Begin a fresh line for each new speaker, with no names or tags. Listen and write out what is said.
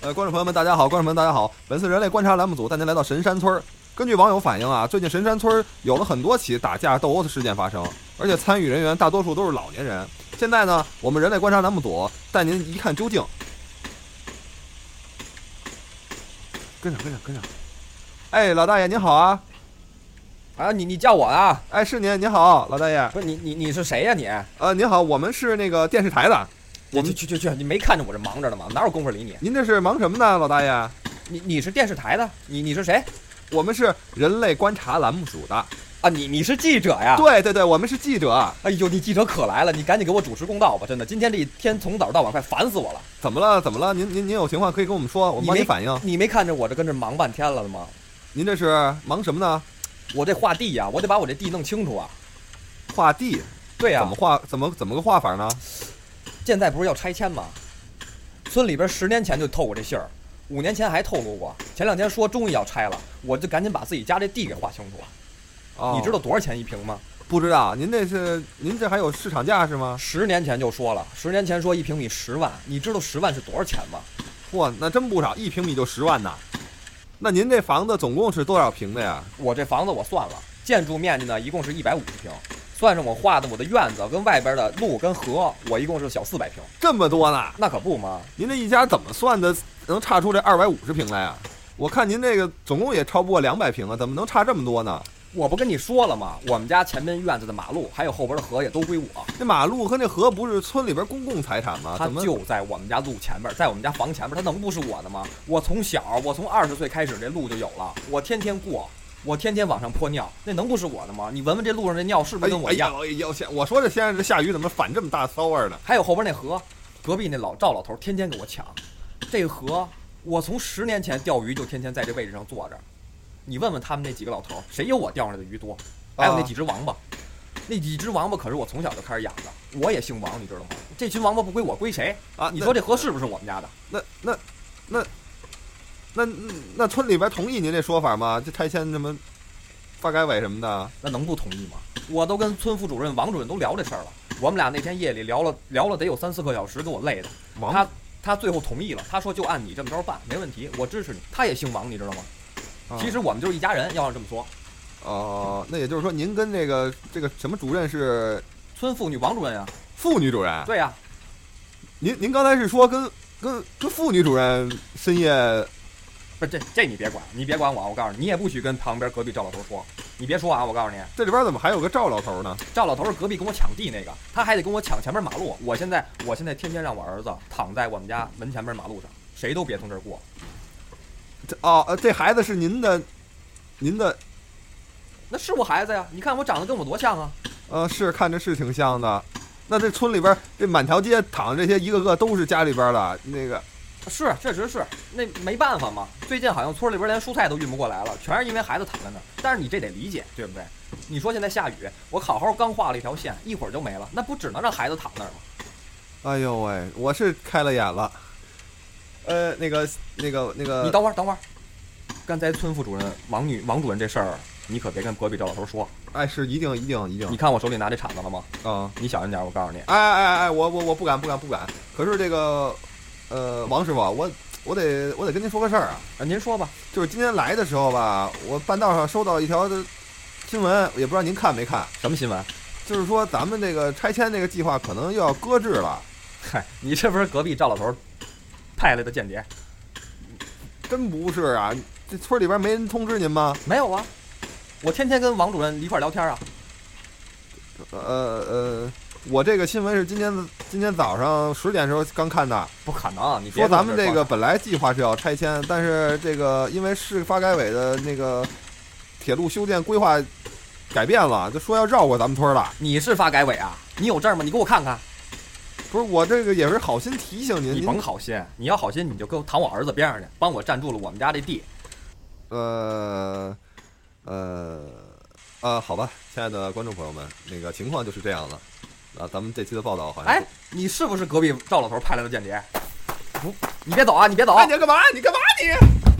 呃，观众朋友们，大家好！观众朋友们，大家好！本次人类观察栏目组带您来到神山村儿。根据网友反映啊，最近神山村儿有了很多起打架斗殴的事件发生，而且参与人员大多数都是老年人。现在呢，我们人类观察栏目组带您一看究竟。跟上，跟上，跟上！哎，老大爷您好啊！
啊，你你叫我啊？
哎，是您，您好，老大爷。
不是你你你是谁呀、
呃，您好，我们是那个电视台的。
你？
我
去
们
去去去，你没看见我这忙着呢吗？哪有功夫理你？
您这是忙什么呢，老大爷？
你你是电视台的？你你是谁？
我们是人类观察栏目组的。
啊，你你是记者呀？
对对对，我们是记者。
哎呦，你记者可来了，你赶紧给我主持公道吧！真的，今天这一天从早到晚，快烦死我了。
怎么了？怎么了？您您您有情况可以跟我们说，我们帮
你
您
没
反映。
你没看着我这跟这忙半天了吗？
您这是忙什么呢？
我这划地呀、我得把我这地弄清楚啊。
画地
对呀、
怎么画？怎么怎么个画法呢？
现在不是要拆迁吗？村里边十年前就透过这信儿，五年前还透露过，前两天说终于要拆了，我就赶紧把自己家这地给划清楚了。
哦
你知道多少钱一平吗？
不知道？您这是您这还有市场价是吗？
十年前就说了，十年前说一平米十万，你知道十万是多少钱吗？
哇，那真不少，一平米就十万呐。那您这房子总共是多少平的呀？
我这房子我算了，建筑面积呢一共是一百五十平，算上我画的我的院子跟外边的路跟河，我一共是小四百平，
这么多呢？
那可不嘛。
您这一家怎么算的？能差出这二百五十平来啊？我看您这个总共也超不过两百平啊，怎么能差这么多呢？
我不跟你说了吗？我们家前面院子的马路还有后边的河也都归我，
那马路和那河不是村里边公共财产吗？
它
啊怎么
就在我们家路前边，在我们家房前边，它能不是我的吗？我从小，我从二十岁开始这路就有了，我天天过，我天天往上泼尿，那能不是我的吗？你闻闻这路上这尿是不
哎
是
呦
跟我一样？
哎呦，哎呦我说这先生这下雨怎么反这么大骚味儿呢？
还有后边那河，隔壁那老赵老头天天给我抢。这个河，我从十年前钓鱼就天天在这位置上坐着。你问问他们那几个老头，谁有我钓上来的鱼多？还有那几只王八，那几只王八可是我从小就开始养的，我也姓王，你知道吗？这群王八不归我，归谁？
啊，
你说这河是不是我们家的？
那那那那那那村里边同意您这说法吗？这拆迁什么发改委什么的，
那能不同意吗？我都跟村副主任、王主任都聊这事儿了，我们俩那天夜里聊了聊了得有三四个小时，给我累的。
王
他他最后同意了，他说就按你这么着办，没问题，我支持你。他也姓王，你知道吗？
啊
其实我们就是一家人，要是这么说，
哦、那也就是说您跟这个这个什么主任是
村妇女王主任啊，
妇女主任？
对呀、
您您刚才是说跟跟跟妇女主任深夜
不是这这你别管，你别管我啊，我告诉你，你也不许跟旁边隔壁赵老头说，你别说啊，我告诉你，
这里边怎么还有个赵老头呢？
赵老头是隔壁跟我抢地那个，他还得跟我抢前面马路，我现在我现在天天让我儿子躺在我们家门前面马路上，谁都别从这儿过，
这哦，呃这孩子是您的，您的
那是我孩子呀，你看我长得跟我多像啊，
呃是看着是挺像的。那这村里边这满条街躺着这些，一个个都是家里边的那个
是确实是，那没办法嘛，最近好像村里边连蔬菜都运不过来了，全是因为孩子躺在那儿，但是你这得理解，对不对？你说现在下雨，我好好刚画了一条线，一会儿就没了，那不只能让孩子躺那儿吗？
哎呦喂，我是开了眼了。呃，那个、那个、那个，
你等会儿，等会儿。刚才村副主任王女王主任这事儿，你可别跟隔壁赵老头说。
哎，是一定、一定、一定
你看我手里拿这铲子了吗？
啊！
你小心点儿，我告诉你。
哎哎哎哎，我我我不敢、不敢、不敢。可是这个，呃，王师傅，我我得我得跟您说个事儿啊，
啊，您说吧。
就是今天来的时候吧，我半道上收到一条的新闻，也不知道您看没看，
什么新闻？
就是说咱们这个拆迁这个计划可能又要搁置了，
嗨，你这不是隔壁赵老头派来的间谍？
真不是啊？这村里边没人通知您吗？
没有啊，我天天跟王主任一块儿聊天啊。
呃呃，我这个新闻是今天今天早上十点时候刚看的。
不可能，你别
说咱
跟
们
我
这
儿
个
装
本来计划是要拆迁，但是这个因为市发改委的那个铁路修建规划改变了，就说要绕过咱们村儿了。
你是发改委啊？你有证吗？你给我看看。
不是我这个也是好心提醒您，
你
您
甭好心，你要好心你就跟我躺我儿子边上去，帮我占住了我们家这地。
呃呃呃，好吧，亲爱的观众朋友们，那个情况就是这样了。啊，咱们这期的报道好像
哎，你是不是隔壁赵老头派来的间谍？不，你别走啊！你别走！
哎哎，你要干嘛？你干嘛你？